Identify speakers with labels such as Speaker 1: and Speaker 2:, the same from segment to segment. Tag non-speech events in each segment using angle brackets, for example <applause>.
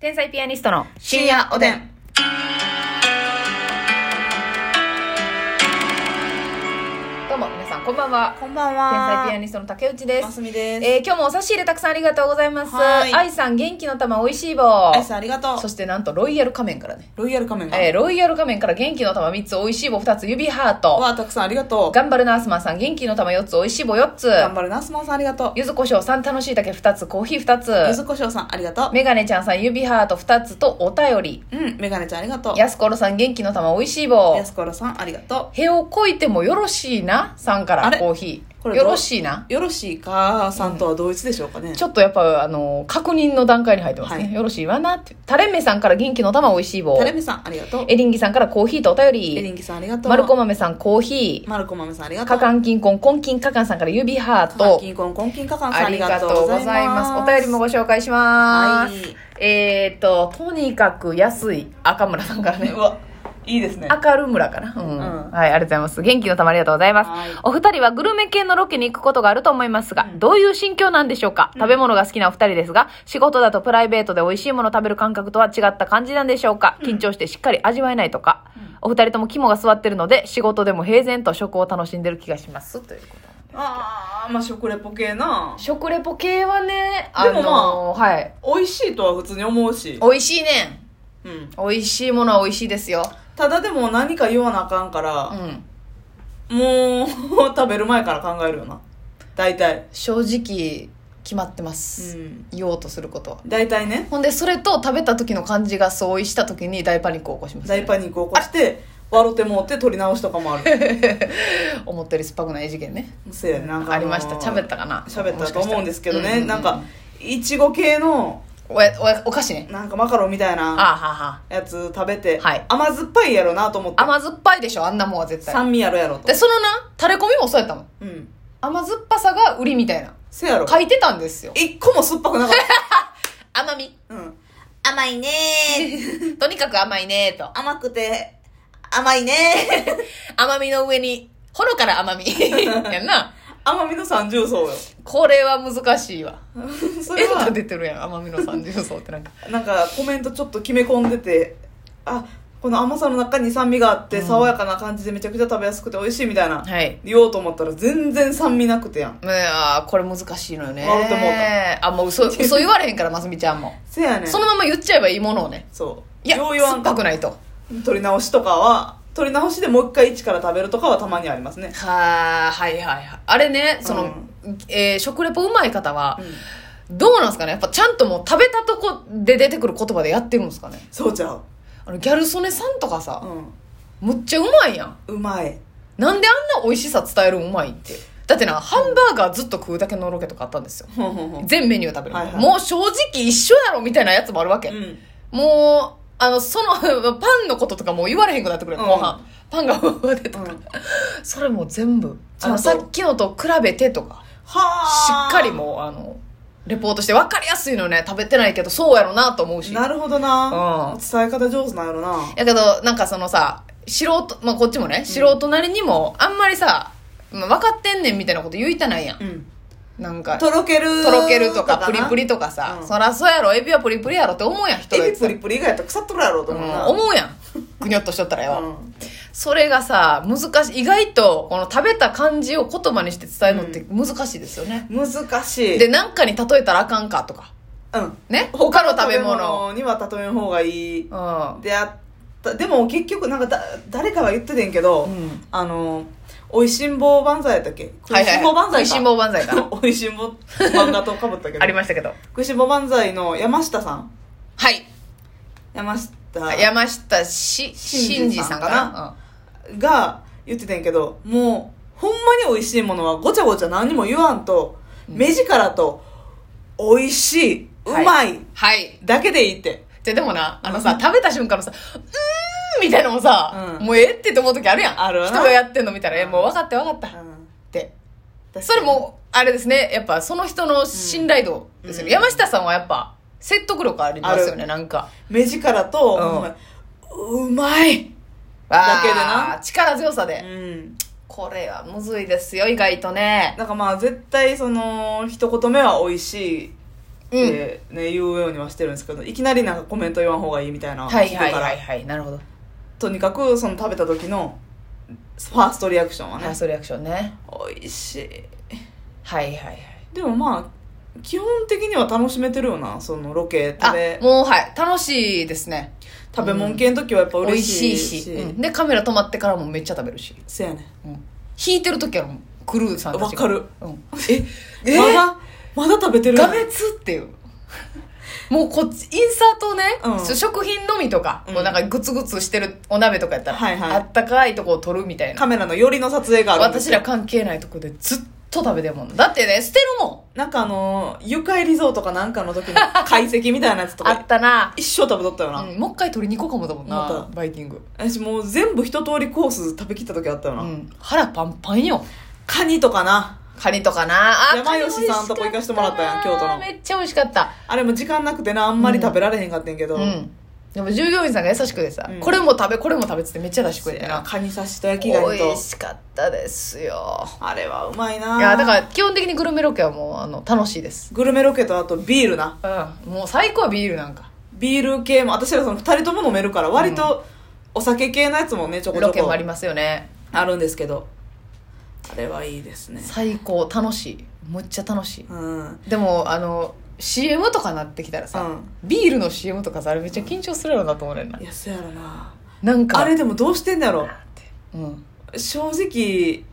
Speaker 1: 天才ピアニストの
Speaker 2: 深夜おでん。
Speaker 1: どうも皆さんこんばんは
Speaker 2: こんばん
Speaker 1: 天
Speaker 2: は。
Speaker 1: 才ピアニストの竹内で
Speaker 2: ます
Speaker 1: す、
Speaker 2: みです。
Speaker 1: えー、今日もお差し入れたくさんありがとうございます
Speaker 2: はい
Speaker 1: 愛さん元気の玉おいしい棒
Speaker 2: あいさんありがと。
Speaker 1: そうしてなんとロイヤル仮面からね、
Speaker 2: ロイヤル仮面が。
Speaker 1: えー、ロイヤル仮面から元気の玉3つおいしい棒2つ指ハート
Speaker 2: わあ、たくさんありがとう。
Speaker 1: 頑張るナースマンさん元気の玉4つおいしい棒4つ
Speaker 2: 頑張るな、スモンさんありがとう。
Speaker 1: ゆずこしょうさん楽しいだけ2つコーヒー2
Speaker 2: ゆ
Speaker 1: つ
Speaker 2: ずこしょうさんありがとう。
Speaker 1: メガネちゃんさん指ハート2つとお便り
Speaker 2: うん、メガネちゃんありがとう。
Speaker 1: やすころさん元気の玉おいしい棒
Speaker 2: やすころさんありがと
Speaker 1: へをこいてもよろしいなさんか
Speaker 2: あ
Speaker 1: ら
Speaker 2: れ
Speaker 1: コーヒ
Speaker 2: こ
Speaker 1: ー
Speaker 2: れど
Speaker 1: よ
Speaker 2: う
Speaker 1: ろしいな
Speaker 2: う。よろしいかさんとは同一でしょうかね。
Speaker 1: ちょっとやっぱあの確認の段階に入ってますね、
Speaker 2: はい
Speaker 1: よろしいわなってタレンメさんから元気の玉おいしい棒
Speaker 2: タレミさんありがとう。
Speaker 1: エリンギさんからコーヒーとお便
Speaker 2: エリン
Speaker 1: り
Speaker 2: ギさんありがとう。
Speaker 1: マルコマメさんコーヒ
Speaker 2: マルコマメさんありが
Speaker 1: ー
Speaker 2: とう。
Speaker 1: カカンキンコンコンキンカカンさんから指ハー
Speaker 2: カカン
Speaker 1: ト
Speaker 2: キンコンコンキンカカンさん
Speaker 1: あ
Speaker 2: あ
Speaker 1: り
Speaker 2: り
Speaker 1: が
Speaker 2: が
Speaker 1: と
Speaker 2: と
Speaker 1: う
Speaker 2: う
Speaker 1: ご
Speaker 2: ご
Speaker 1: ざ
Speaker 2: ざ
Speaker 1: い
Speaker 2: い
Speaker 1: ます
Speaker 2: ます。
Speaker 1: お便りもご紹介します、
Speaker 2: はい
Speaker 1: えーっととにかく安い赤村さんからね
Speaker 2: うわ、いいですね。
Speaker 1: <laughs> 明る村かな、うん
Speaker 2: うん
Speaker 1: はい、ありがとうございます。元気の玉ありがとうございます
Speaker 2: はい。
Speaker 1: お二人はグルメ系のロケに行くことがあると思いますが、
Speaker 2: うん
Speaker 1: どういう心境なんでしょうか、食べ物が好きなお二人ですが、仕事だとプライベートで美味しいものを食べる感覚とは違った感じなんでしょうか緊張してしっかり味わえないとか、お二人とも肝が座ってるので、仕事でも平然と食を楽しんでる気がします。ということ。
Speaker 2: あー、まあ食レポ系な。
Speaker 1: 食レポ系はね、あ
Speaker 2: でも
Speaker 1: の
Speaker 2: まあ
Speaker 1: はい。
Speaker 2: 美味しいとは普通に思うし。
Speaker 1: 美味しいねん。
Speaker 2: うん。
Speaker 1: 美味しいものは美味しいですよ。
Speaker 2: ただでも何か言わなあかんから。
Speaker 1: うん。
Speaker 2: もう食べる前から考えるよな大体
Speaker 1: 正直、決まってます。
Speaker 2: ん
Speaker 1: 言おうとすることは。
Speaker 2: 大体ね
Speaker 1: ほんでそれと食べた時の感じが相違した時に大パニックを起こします、
Speaker 2: 大パニック起こして笑ってもうて取り直しとかも
Speaker 1: <laughs>
Speaker 2: ある
Speaker 1: 思ったより酸っぱくない事件ね
Speaker 2: せやねなんか
Speaker 1: ありました喋ったかな
Speaker 2: 喋ったと思うんですけど
Speaker 1: もしかした
Speaker 2: ね
Speaker 1: ら
Speaker 2: なんかいちご系の
Speaker 1: おやおやお菓子ね
Speaker 2: なんかマカロンみたい
Speaker 1: あ
Speaker 2: な
Speaker 1: あはあは
Speaker 2: やつ食べて、
Speaker 1: はい
Speaker 2: 甘酸っぱいやろなと思って
Speaker 1: あ甘酸っぱいでしょあんなもんは絶対
Speaker 2: 酸味やろやろと
Speaker 1: でそのなタレコミもそうやったもん
Speaker 2: うん
Speaker 1: 甘酸っぱさが売りみたいな
Speaker 2: せやろ
Speaker 1: 書いてたんですよ
Speaker 2: 一個も酸っぱくなかっ
Speaker 1: <laughs> 甘み
Speaker 2: た、うん、甘いね
Speaker 1: <laughs>
Speaker 2: ー
Speaker 1: とにかく甘いねと
Speaker 2: 甘くて甘いねー
Speaker 1: 甘みの上にほのから甘み <laughs> やんな
Speaker 2: 甘みの三重奏よ
Speaker 1: これは難しいわ
Speaker 2: そ
Speaker 1: エンタ出てるやん甘みの三重層ってなんか
Speaker 2: なんかコメントちょっと決め込んでてあこの甘さの中に酸味があって爽やかな感じでめちゃくちゃ食べやすくて美味しいみたいな、
Speaker 1: はい
Speaker 2: 言おうと思ったら全然酸味なくてやん
Speaker 1: ねえあーこれ難しいのよね
Speaker 2: 笑うてもう
Speaker 1: あもう嘘嘘言われへんからますみちゃんも、
Speaker 2: せやねん
Speaker 1: そのまま言っちゃえばいいものをね
Speaker 2: そう
Speaker 1: い
Speaker 2: い
Speaker 1: や
Speaker 2: よう言わ
Speaker 1: 酸
Speaker 2: ん
Speaker 1: っ
Speaker 2: か
Speaker 1: ぱくないと
Speaker 2: 取り直しとかは取り直しでもう一回一から食べるとかはたまにありますね
Speaker 1: はーはいはいはいあれねその、えー食レポうまい方は、どうなんですかねやっぱちゃんともう食べたとこで出てくる言葉でやってるんですかね
Speaker 2: そうちゃう
Speaker 1: あのギャル曽根さんとかさ、
Speaker 2: う
Speaker 1: むっちゃうまいやん
Speaker 2: んうまい
Speaker 1: なんであんな美味しさ伝えるんうまいってだってなハンバーガーずっと食うだけのロケとかあったんですよ
Speaker 2: ほんほんほん
Speaker 1: 全メニュー食べる、
Speaker 2: はいはい
Speaker 1: もう正直一緒やろみたいなやつもあるわけ、
Speaker 2: うん
Speaker 1: もう、あの、その、 <laughs> パンのこととかもう言われへんくなってくるやん、
Speaker 2: うん
Speaker 1: 後半。パンがふわふわでと
Speaker 2: う
Speaker 1: か。
Speaker 2: ん
Speaker 1: それもう全部。
Speaker 2: ち
Speaker 1: あ
Speaker 2: ゃん
Speaker 1: の、
Speaker 2: と
Speaker 1: さっきのと比べてとか、し
Speaker 2: はあ
Speaker 1: っかりもう、あの、レポートして分かりやすいのよね、食べてないけど、そうやろなと思うし。
Speaker 2: なるほどな、
Speaker 1: うん
Speaker 2: 伝え方上手なんやろな
Speaker 1: やけど、なんかそのさ、素人、まあ、こっちもね、素人なりにも、あんまりさ、まあ分かってんねんみたいなこと言いたないやん。
Speaker 2: うん
Speaker 1: なんか、と
Speaker 2: とろける
Speaker 1: ろけるとか、
Speaker 2: な
Speaker 1: プリプリとかさ、
Speaker 2: うん
Speaker 1: そらそうやろ、エビはプリプリやろって思うやん、人が言
Speaker 2: エビ
Speaker 1: ってた
Speaker 2: プ
Speaker 1: ら
Speaker 2: リプリ以外やったら腐っとるやろうと
Speaker 1: う
Speaker 2: 思うんな、
Speaker 1: 思うやん。ぐにょっとしとったらよ。
Speaker 2: うん
Speaker 1: それがさ難しい意外とこの食べた感じを言葉にして伝えるのって難しいですよね、
Speaker 2: 難しい
Speaker 1: で何かに例えたらあかんかとか
Speaker 2: うん、
Speaker 1: ね他の食べ物
Speaker 2: 食べには例えん方がいい、
Speaker 1: うん
Speaker 2: であったでも結局なんかだ誰かは言っててんけど、
Speaker 1: うん
Speaker 2: あのおいしんぼ万歳やったっけ食
Speaker 1: はいいは
Speaker 2: し
Speaker 1: い
Speaker 2: んぼ万
Speaker 1: 食い
Speaker 2: 歳か、
Speaker 1: しん坊万歳か
Speaker 2: おいしんぼ <laughs> 漫画とかぶったけど
Speaker 1: <laughs> ありましたけど
Speaker 2: 食いしんぼ万歳の山下さん
Speaker 1: はい
Speaker 2: 山下
Speaker 1: 山下し真二
Speaker 2: 真二
Speaker 1: さ
Speaker 2: さ
Speaker 1: ん
Speaker 2: ん
Speaker 1: か
Speaker 2: か
Speaker 1: な
Speaker 2: なが言っててんけどもうほんまにおいしいものはごちゃごちゃ何にも言わんと、目力とおいしい
Speaker 1: うん
Speaker 2: うまい、
Speaker 1: はい
Speaker 2: だけでいいって
Speaker 1: ででもなあの
Speaker 2: <laughs>
Speaker 1: さ食べた瞬間のさ「うーん」みたいなのもさ、
Speaker 2: うん
Speaker 1: もうええってって思う時あるやん
Speaker 2: あるわ
Speaker 1: 人
Speaker 2: な
Speaker 1: がやってんの見たら「えもう分かった分かった」って <laughs> それもあれですねやっぱその人の信頼度ですよね、
Speaker 2: うん
Speaker 1: 山下さんはやっぱ説得力ありますよねなんか
Speaker 2: 目力と、
Speaker 1: うん
Speaker 2: ほんまにうまい、
Speaker 1: あー
Speaker 2: だけでな
Speaker 1: 力強さで、
Speaker 2: うん、
Speaker 1: これはむずいですよ意外とね
Speaker 2: なんかまあ絶対その一言目は美味しいって、ね言うようにはしてるんですけどいきなりなんかコメント言わん方がいいみたいな
Speaker 1: はい
Speaker 2: 聞くか
Speaker 1: はい
Speaker 2: ら
Speaker 1: はいはいなるほど
Speaker 2: とにかくその食べた時のファーストリアクションは
Speaker 1: フ
Speaker 2: ね
Speaker 1: ァーストリアクションね
Speaker 2: 美味しい
Speaker 1: はいはいはい
Speaker 2: でもまあ基本的には楽しめてるよなそのロケ食
Speaker 1: あ
Speaker 2: べ
Speaker 1: もうはい楽しいですね
Speaker 2: 食べ物系の時はやっぱ
Speaker 1: 美
Speaker 2: 嬉
Speaker 1: 味
Speaker 2: し
Speaker 1: し
Speaker 2: い
Speaker 1: い
Speaker 2: し
Speaker 1: し、うん、でカメラ止まってからもめっちゃ食べるし、
Speaker 2: せやねん
Speaker 1: うん、引いてる時はもうクルーさんたちが
Speaker 2: わかる、
Speaker 1: うん、ええ
Speaker 2: <laughs> まだまだ食べてる
Speaker 1: 画別っていうもうこっちインサートをね、
Speaker 2: うん
Speaker 1: 食品のみとか、
Speaker 2: うん
Speaker 1: こうなんかグツグツしてるお鍋とかやったら、
Speaker 2: はいはい
Speaker 1: あったかいとこを撮るみたいな
Speaker 2: カメラの寄りの撮影があるんです
Speaker 1: 私
Speaker 2: よ
Speaker 1: ら関係ないとこでずっと食べてるもんだってね捨てるも
Speaker 2: なんかあのー愉快リゾートかなんかの時の解析みたいなやつと
Speaker 1: んあっ
Speaker 2: か
Speaker 1: たな、
Speaker 2: 一生食べとったよな、
Speaker 1: うん、もう一回取りに行こうかもだもん
Speaker 2: ま
Speaker 1: な
Speaker 2: た
Speaker 1: バイキング、
Speaker 2: 私もう全部一通りコース食べきった時あったよ
Speaker 1: う
Speaker 2: な、
Speaker 1: ん、腹パンパンよ
Speaker 2: カニとかな
Speaker 1: カニとかなあ
Speaker 2: 山吉さんとこ
Speaker 1: カニ美味し
Speaker 2: 行か
Speaker 1: っ
Speaker 2: せてもらったやん京都の
Speaker 1: めっちゃ美味しかった
Speaker 2: あれも時間なくてなあんまり食べられへんかったんやけど、
Speaker 1: うんでも従業員さんが優しくてさ、
Speaker 2: うん
Speaker 1: これも食べこれも食べっつってめっちゃ出してくれてな
Speaker 2: カニ刺しと焼き
Speaker 1: 美
Speaker 2: ガニと
Speaker 1: 味しかったですよ
Speaker 2: あれはうまいない
Speaker 1: やだから基本的にグルメロケはもうあの楽しいです
Speaker 2: グルメロケとあとビールな
Speaker 1: うんもう最高はビールなんか
Speaker 2: ビール系も私らその2人とも飲めるから割とお酒系のやつもねちょこち
Speaker 1: ロ
Speaker 2: ょ
Speaker 1: ケ
Speaker 2: こ
Speaker 1: もありますよね
Speaker 2: あるんですけどあれはいいですね
Speaker 1: 最高楽しいむっちゃ楽し
Speaker 2: うん
Speaker 1: いでもあの CM とかなってきたらさ、
Speaker 2: う
Speaker 1: ビールの CM とかさあれめっちゃ緊張するやろなと思うねんない
Speaker 2: やそうやろな
Speaker 1: なんか
Speaker 2: あれでもどうしてんだろ
Speaker 1: うん
Speaker 2: う正直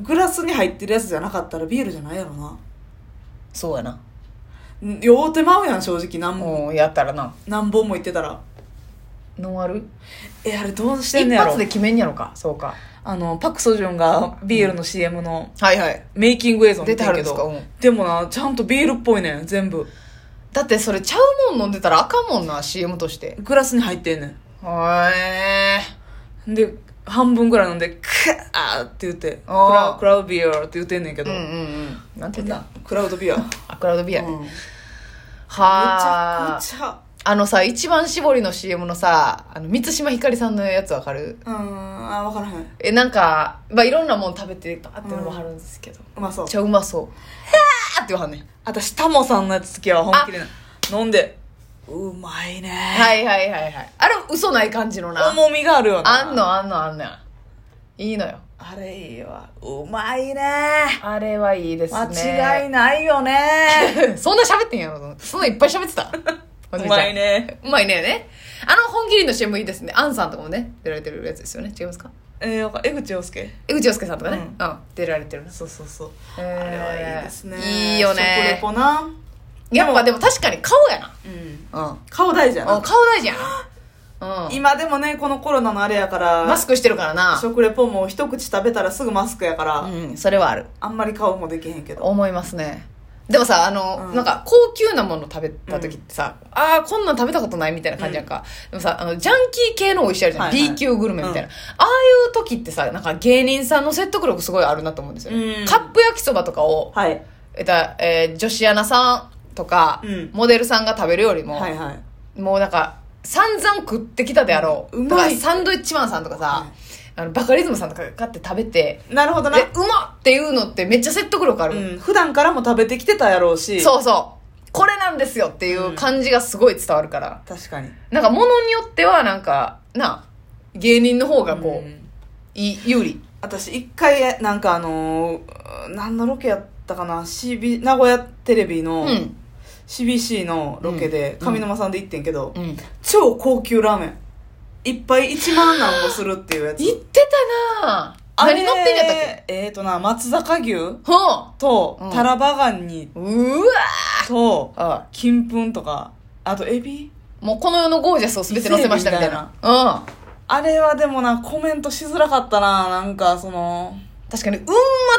Speaker 2: グラスに入ってるやつじゃなかったらビールじゃないやろな
Speaker 1: そうやな
Speaker 2: ん酔うてまうやん正直何本
Speaker 1: もうやったらな
Speaker 2: 何本も言ってたら
Speaker 1: ノンアル
Speaker 2: えあれどうしてん
Speaker 1: 一
Speaker 2: ねやろ
Speaker 1: 発で決めんやろかそうか
Speaker 2: あのパク・ソジュンがビールの CM の
Speaker 1: はいはい
Speaker 2: メイキング映像見
Speaker 1: 出て
Speaker 2: て
Speaker 1: は
Speaker 2: る
Speaker 1: る
Speaker 2: け
Speaker 1: んですか、
Speaker 2: ど
Speaker 1: うん、
Speaker 2: でもなちゃんとビールっぽいねん全部
Speaker 1: だってそれちゃうもん飲んでたらあかんもんな CM として
Speaker 2: グラスに入ってんね
Speaker 1: はえ
Speaker 2: んで半分ぐらい飲んでクアーって言ってク
Speaker 1: あー
Speaker 2: ラクラウドビアーって言ってんねんけ
Speaker 1: う
Speaker 2: ど、
Speaker 1: んうんうんなんて言った
Speaker 2: クラウドビア、うん、めち
Speaker 1: あクラウドビア、
Speaker 2: ゃ
Speaker 1: はあ
Speaker 2: くちゃ
Speaker 1: あのさ一番絞りの CM のさあの満島ひかりさんのやつわかる
Speaker 2: うんあ分からへんう
Speaker 1: えなんか、まあ、いろんなもん食べてバーってのもあるんですけど、
Speaker 2: まそう
Speaker 1: めっちゃうまそう「はーって言わはんねん
Speaker 2: 私タモさんのやつ好きやわ本気で飲んでうまいね
Speaker 1: はいはいはいはいあれ嘘ない感じのな
Speaker 2: 重みがあるよな
Speaker 1: あんのあんのあんのやいいのよ
Speaker 2: あれいいわうまいね
Speaker 1: あれはいい <laughs> ですね
Speaker 2: 間違いない
Speaker 1: <laughs>
Speaker 2: よね
Speaker 1: そんな喋ってんやろそんないっぱい喋って <laughs> た
Speaker 2: うまいね
Speaker 1: うまいねねあの本麒麟の CM いいですねアンさんとかもね出られてるやつですよね違いますか
Speaker 2: えーわか江口洋介
Speaker 1: 江口洋介さんとかね、うん
Speaker 2: う
Speaker 1: 出られてるな
Speaker 2: そうそうそう
Speaker 1: あれ
Speaker 2: あれはいいですね
Speaker 1: いいよ
Speaker 2: 食レ
Speaker 1: ね
Speaker 2: ポな
Speaker 1: やっぱでも確かに顔やな
Speaker 2: うん
Speaker 1: うんうん
Speaker 2: 顔大事や
Speaker 1: 顔
Speaker 2: な
Speaker 1: 大事やなうん
Speaker 2: 今でもねこのコロナのあれやから
Speaker 1: マスクしてるからな
Speaker 2: 食レポも一口食べたらすぐマスクやから、
Speaker 1: うんそれはある
Speaker 2: あんまり顔もできへんけど
Speaker 1: 思いますねでもさあの、
Speaker 2: うん
Speaker 1: なんか高級なもの食べた時ってさ、ああこんなん食べたことないみたいな感じやんか、でもさあのジャンキー系の美味しいあるじゃん、
Speaker 2: はいはい
Speaker 1: B 級グルメみたいな、
Speaker 2: うん
Speaker 1: ああいう時ってさなんか芸人さんの説得力すごいあるなと思うんですよね、
Speaker 2: うん
Speaker 1: カップ焼きそばとかを、
Speaker 2: はい
Speaker 1: えっとえー女子アナさんとか、
Speaker 2: うん
Speaker 1: モデルさんが食べるよりも、
Speaker 2: はいはい
Speaker 1: もうなんか散々食ってきたであろう,、
Speaker 2: うんうまい
Speaker 1: とかサンドイッチマンさんとかさ、
Speaker 2: は
Speaker 1: あのバカリズムさんとか買って食べて
Speaker 2: なるほどな
Speaker 1: でうまっっていうのってめっちゃ説得力ある、
Speaker 2: うん、普段からも食べてきてたやろうし
Speaker 1: そうそう。これなんですよっていう感じがすごい伝わるから。
Speaker 2: 確かに
Speaker 1: なんか物によってはなんか、なあ、芸人の方がこう、
Speaker 2: ん
Speaker 1: いい有利。
Speaker 2: 私一回なんかあのー何のロケやったかな CB 名古屋テレビ
Speaker 1: う
Speaker 2: の
Speaker 1: ん。
Speaker 2: CBC のロケで
Speaker 1: うん
Speaker 2: 上沼さんで行ってんけど、
Speaker 1: うん。
Speaker 2: 超高級ラーメンいっぱい1万何個するっていうやつ
Speaker 1: 言ってたなあ何乗ってんやったっけ
Speaker 2: けえっ、とな松坂牛
Speaker 1: ほ
Speaker 2: と、
Speaker 1: うん
Speaker 2: タラバガニ
Speaker 1: ううわ
Speaker 2: と
Speaker 1: あ
Speaker 2: 金粉とかあとエビ
Speaker 1: もうこの世のゴージャスを全て載せましたみたいな。うん。
Speaker 2: あれはでもなコメントしづらかったななんかその、
Speaker 1: 確かに、うんまっ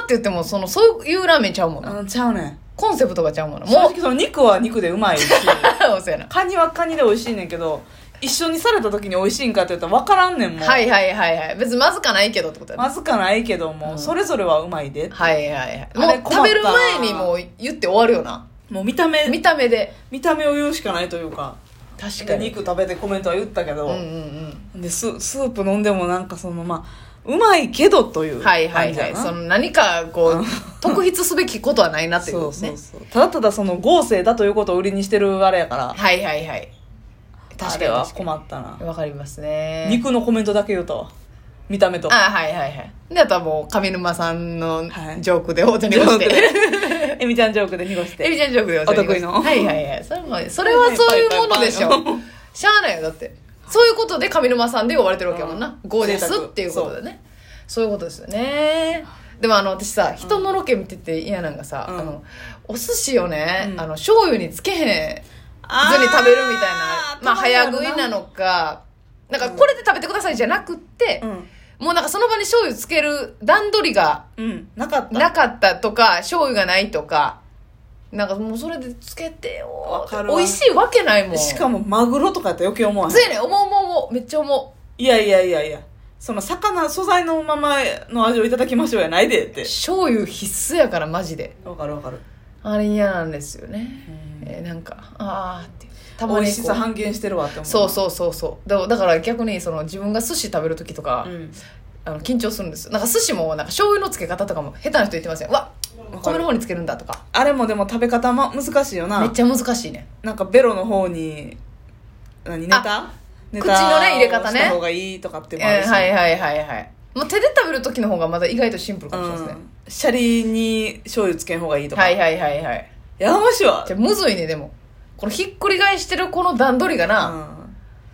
Speaker 1: て言っても、その、そういうラーメンちゃうもんな。
Speaker 2: うん、ちゃうねん
Speaker 1: コンセプトがちゃうもんな。
Speaker 2: 正
Speaker 1: もう、
Speaker 2: 直その肉は肉でうま
Speaker 1: <laughs>
Speaker 2: いし
Speaker 1: そうやな。
Speaker 2: カニはカニで美味しいねんけど一緒にされた時に美味しいんかって言ったら分からんねんもう、
Speaker 1: はいはいはいはい。別にまずかないけどってことやな。
Speaker 2: まずかないけども、
Speaker 1: うん
Speaker 2: それぞれはうまいで
Speaker 1: はいはい
Speaker 2: あ
Speaker 1: は
Speaker 2: れ
Speaker 1: い。もう
Speaker 2: 困
Speaker 1: 食
Speaker 2: った
Speaker 1: べる前にもう言って終わるよな。
Speaker 2: もう見た目
Speaker 1: 見た目で。
Speaker 2: 見た目を言うしかないというか
Speaker 1: 確
Speaker 2: で。肉食べてコメントは言ったけど、
Speaker 1: うんうんうん。
Speaker 2: でススープ飲んでもなんかそのまあうまいけどという
Speaker 1: はいはいはい。
Speaker 2: 感じやな
Speaker 1: その何かこう、特筆すべきことはないなっていうこ
Speaker 2: そ
Speaker 1: と
Speaker 2: う
Speaker 1: ね。
Speaker 2: そうそうただただその合成だということを売りにしてるあれやから
Speaker 1: はいはいはい。確
Speaker 2: あ
Speaker 1: か
Speaker 2: れ
Speaker 1: に
Speaker 2: は
Speaker 1: 確か
Speaker 2: 困ったな
Speaker 1: に。わかりますね。
Speaker 2: 肉のコメントだけ言うと見た目と
Speaker 1: あはいはいはい。で、あとはもう、上沼さんの
Speaker 2: はい
Speaker 1: ジョークで大手に濁して。
Speaker 2: <laughs> エミちゃんジョークで濁し
Speaker 1: エビ
Speaker 2: て
Speaker 1: ちゃんジョークで
Speaker 2: お得意の
Speaker 1: はいはいはい。それも、それはそういうものでしょ
Speaker 2: はいはいはいは。
Speaker 1: しゃあないよ、だって。そういうことで上沼さんで呼ばれてるわけやもんな。
Speaker 2: うん
Speaker 1: ゴーですっていうことでね。そういうことですよね。でもあの、私さ、人のロケ見てて嫌なんがさ、
Speaker 2: うん
Speaker 1: あの、お寿司をね、
Speaker 2: うん
Speaker 1: あの、醤油につけへん。ずに食べるみたいな。まあ、早食いなのか、なんか、これで食べてくださいじゃなくって、
Speaker 2: うん
Speaker 1: もうなんかその場に醤油つける段取りが
Speaker 2: うんなかった
Speaker 1: なかったとか、醤油がないとか、なんかもうそれでつけてよ
Speaker 2: わか。るわ
Speaker 1: 美味しいわけないもん。
Speaker 2: しかもマグロとかやったら余計思わへん
Speaker 1: そうやねん思う思う思う。めっちゃ思
Speaker 2: いやいやいやいやその魚素材のままの味をいただきましょうやないでっ
Speaker 1: う。
Speaker 2: て
Speaker 1: 醤油必須やから、マジで。
Speaker 2: わかるわかる
Speaker 1: あれ嫌なんですよね。
Speaker 2: うん
Speaker 1: えーなんか、あーって。たま
Speaker 2: 美
Speaker 1: に
Speaker 2: 味
Speaker 1: こ
Speaker 2: しさ
Speaker 1: う。
Speaker 2: 半減してるわって思う
Speaker 1: そうそうそうそうだだから逆にその自分が寿司食べる時とか、
Speaker 2: うん
Speaker 1: あの緊張するんですよなんか寿司もなんか醤油のつけ方とかも下手な人言ってますよわ
Speaker 2: わか
Speaker 1: 米
Speaker 2: る
Speaker 1: の方につけるんだとか
Speaker 2: あれもでも食べ方ま難しいよ
Speaker 1: めっ
Speaker 2: な
Speaker 1: ちゃ難しいね
Speaker 2: なんかベロの方に何ネタネタ
Speaker 1: 口のね入れ方ね
Speaker 2: をした方がいいとかって
Speaker 1: え
Speaker 2: もあるし、
Speaker 1: ーはいはいはいはいもう手で食べる時の方がまだ意外とシンプルかもしれない
Speaker 2: う
Speaker 1: ですね、
Speaker 2: ん、シャリに醤油つけん方がいいとか、
Speaker 1: はいはいはいはい
Speaker 2: やましいわ
Speaker 1: じゃあむずいねでもこのひっくり返してるこの段取りがな、
Speaker 2: うん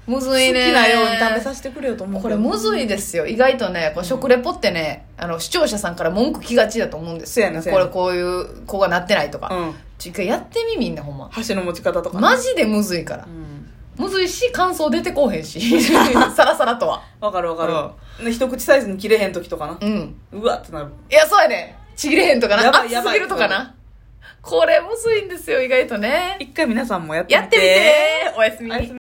Speaker 1: む
Speaker 2: 好
Speaker 1: ずい
Speaker 2: き
Speaker 1: ね
Speaker 2: なように食べさせてくれよと思う
Speaker 1: こ
Speaker 2: け
Speaker 1: れ
Speaker 2: ど
Speaker 1: むずいですよ意外とねこう食レポってねあの視聴者さんから文句きがちだと思うんですよ、
Speaker 2: そうやねそう
Speaker 1: こ
Speaker 2: や
Speaker 1: れ
Speaker 2: ね
Speaker 1: こういう子がなってないとか、
Speaker 2: うん
Speaker 1: ちょ一回やってみみんなほんま
Speaker 2: 箸の持ち方とかね
Speaker 1: マジでむずいから
Speaker 2: うん
Speaker 1: むずいし感想出てこうへんし
Speaker 2: <laughs>
Speaker 1: さらさらとは
Speaker 2: わかるわかる、ね一口サイズに切れへん時とかな
Speaker 1: うん
Speaker 2: うわってなる
Speaker 1: いや、そうやね。ちぎれへんとかな。
Speaker 2: やばい
Speaker 1: 熱すぎるとか
Speaker 2: やば
Speaker 1: な。これむずいんですよ、意外とね。
Speaker 2: 一回皆さんもやってみ
Speaker 1: やってみておやすみ
Speaker 2: おやすみ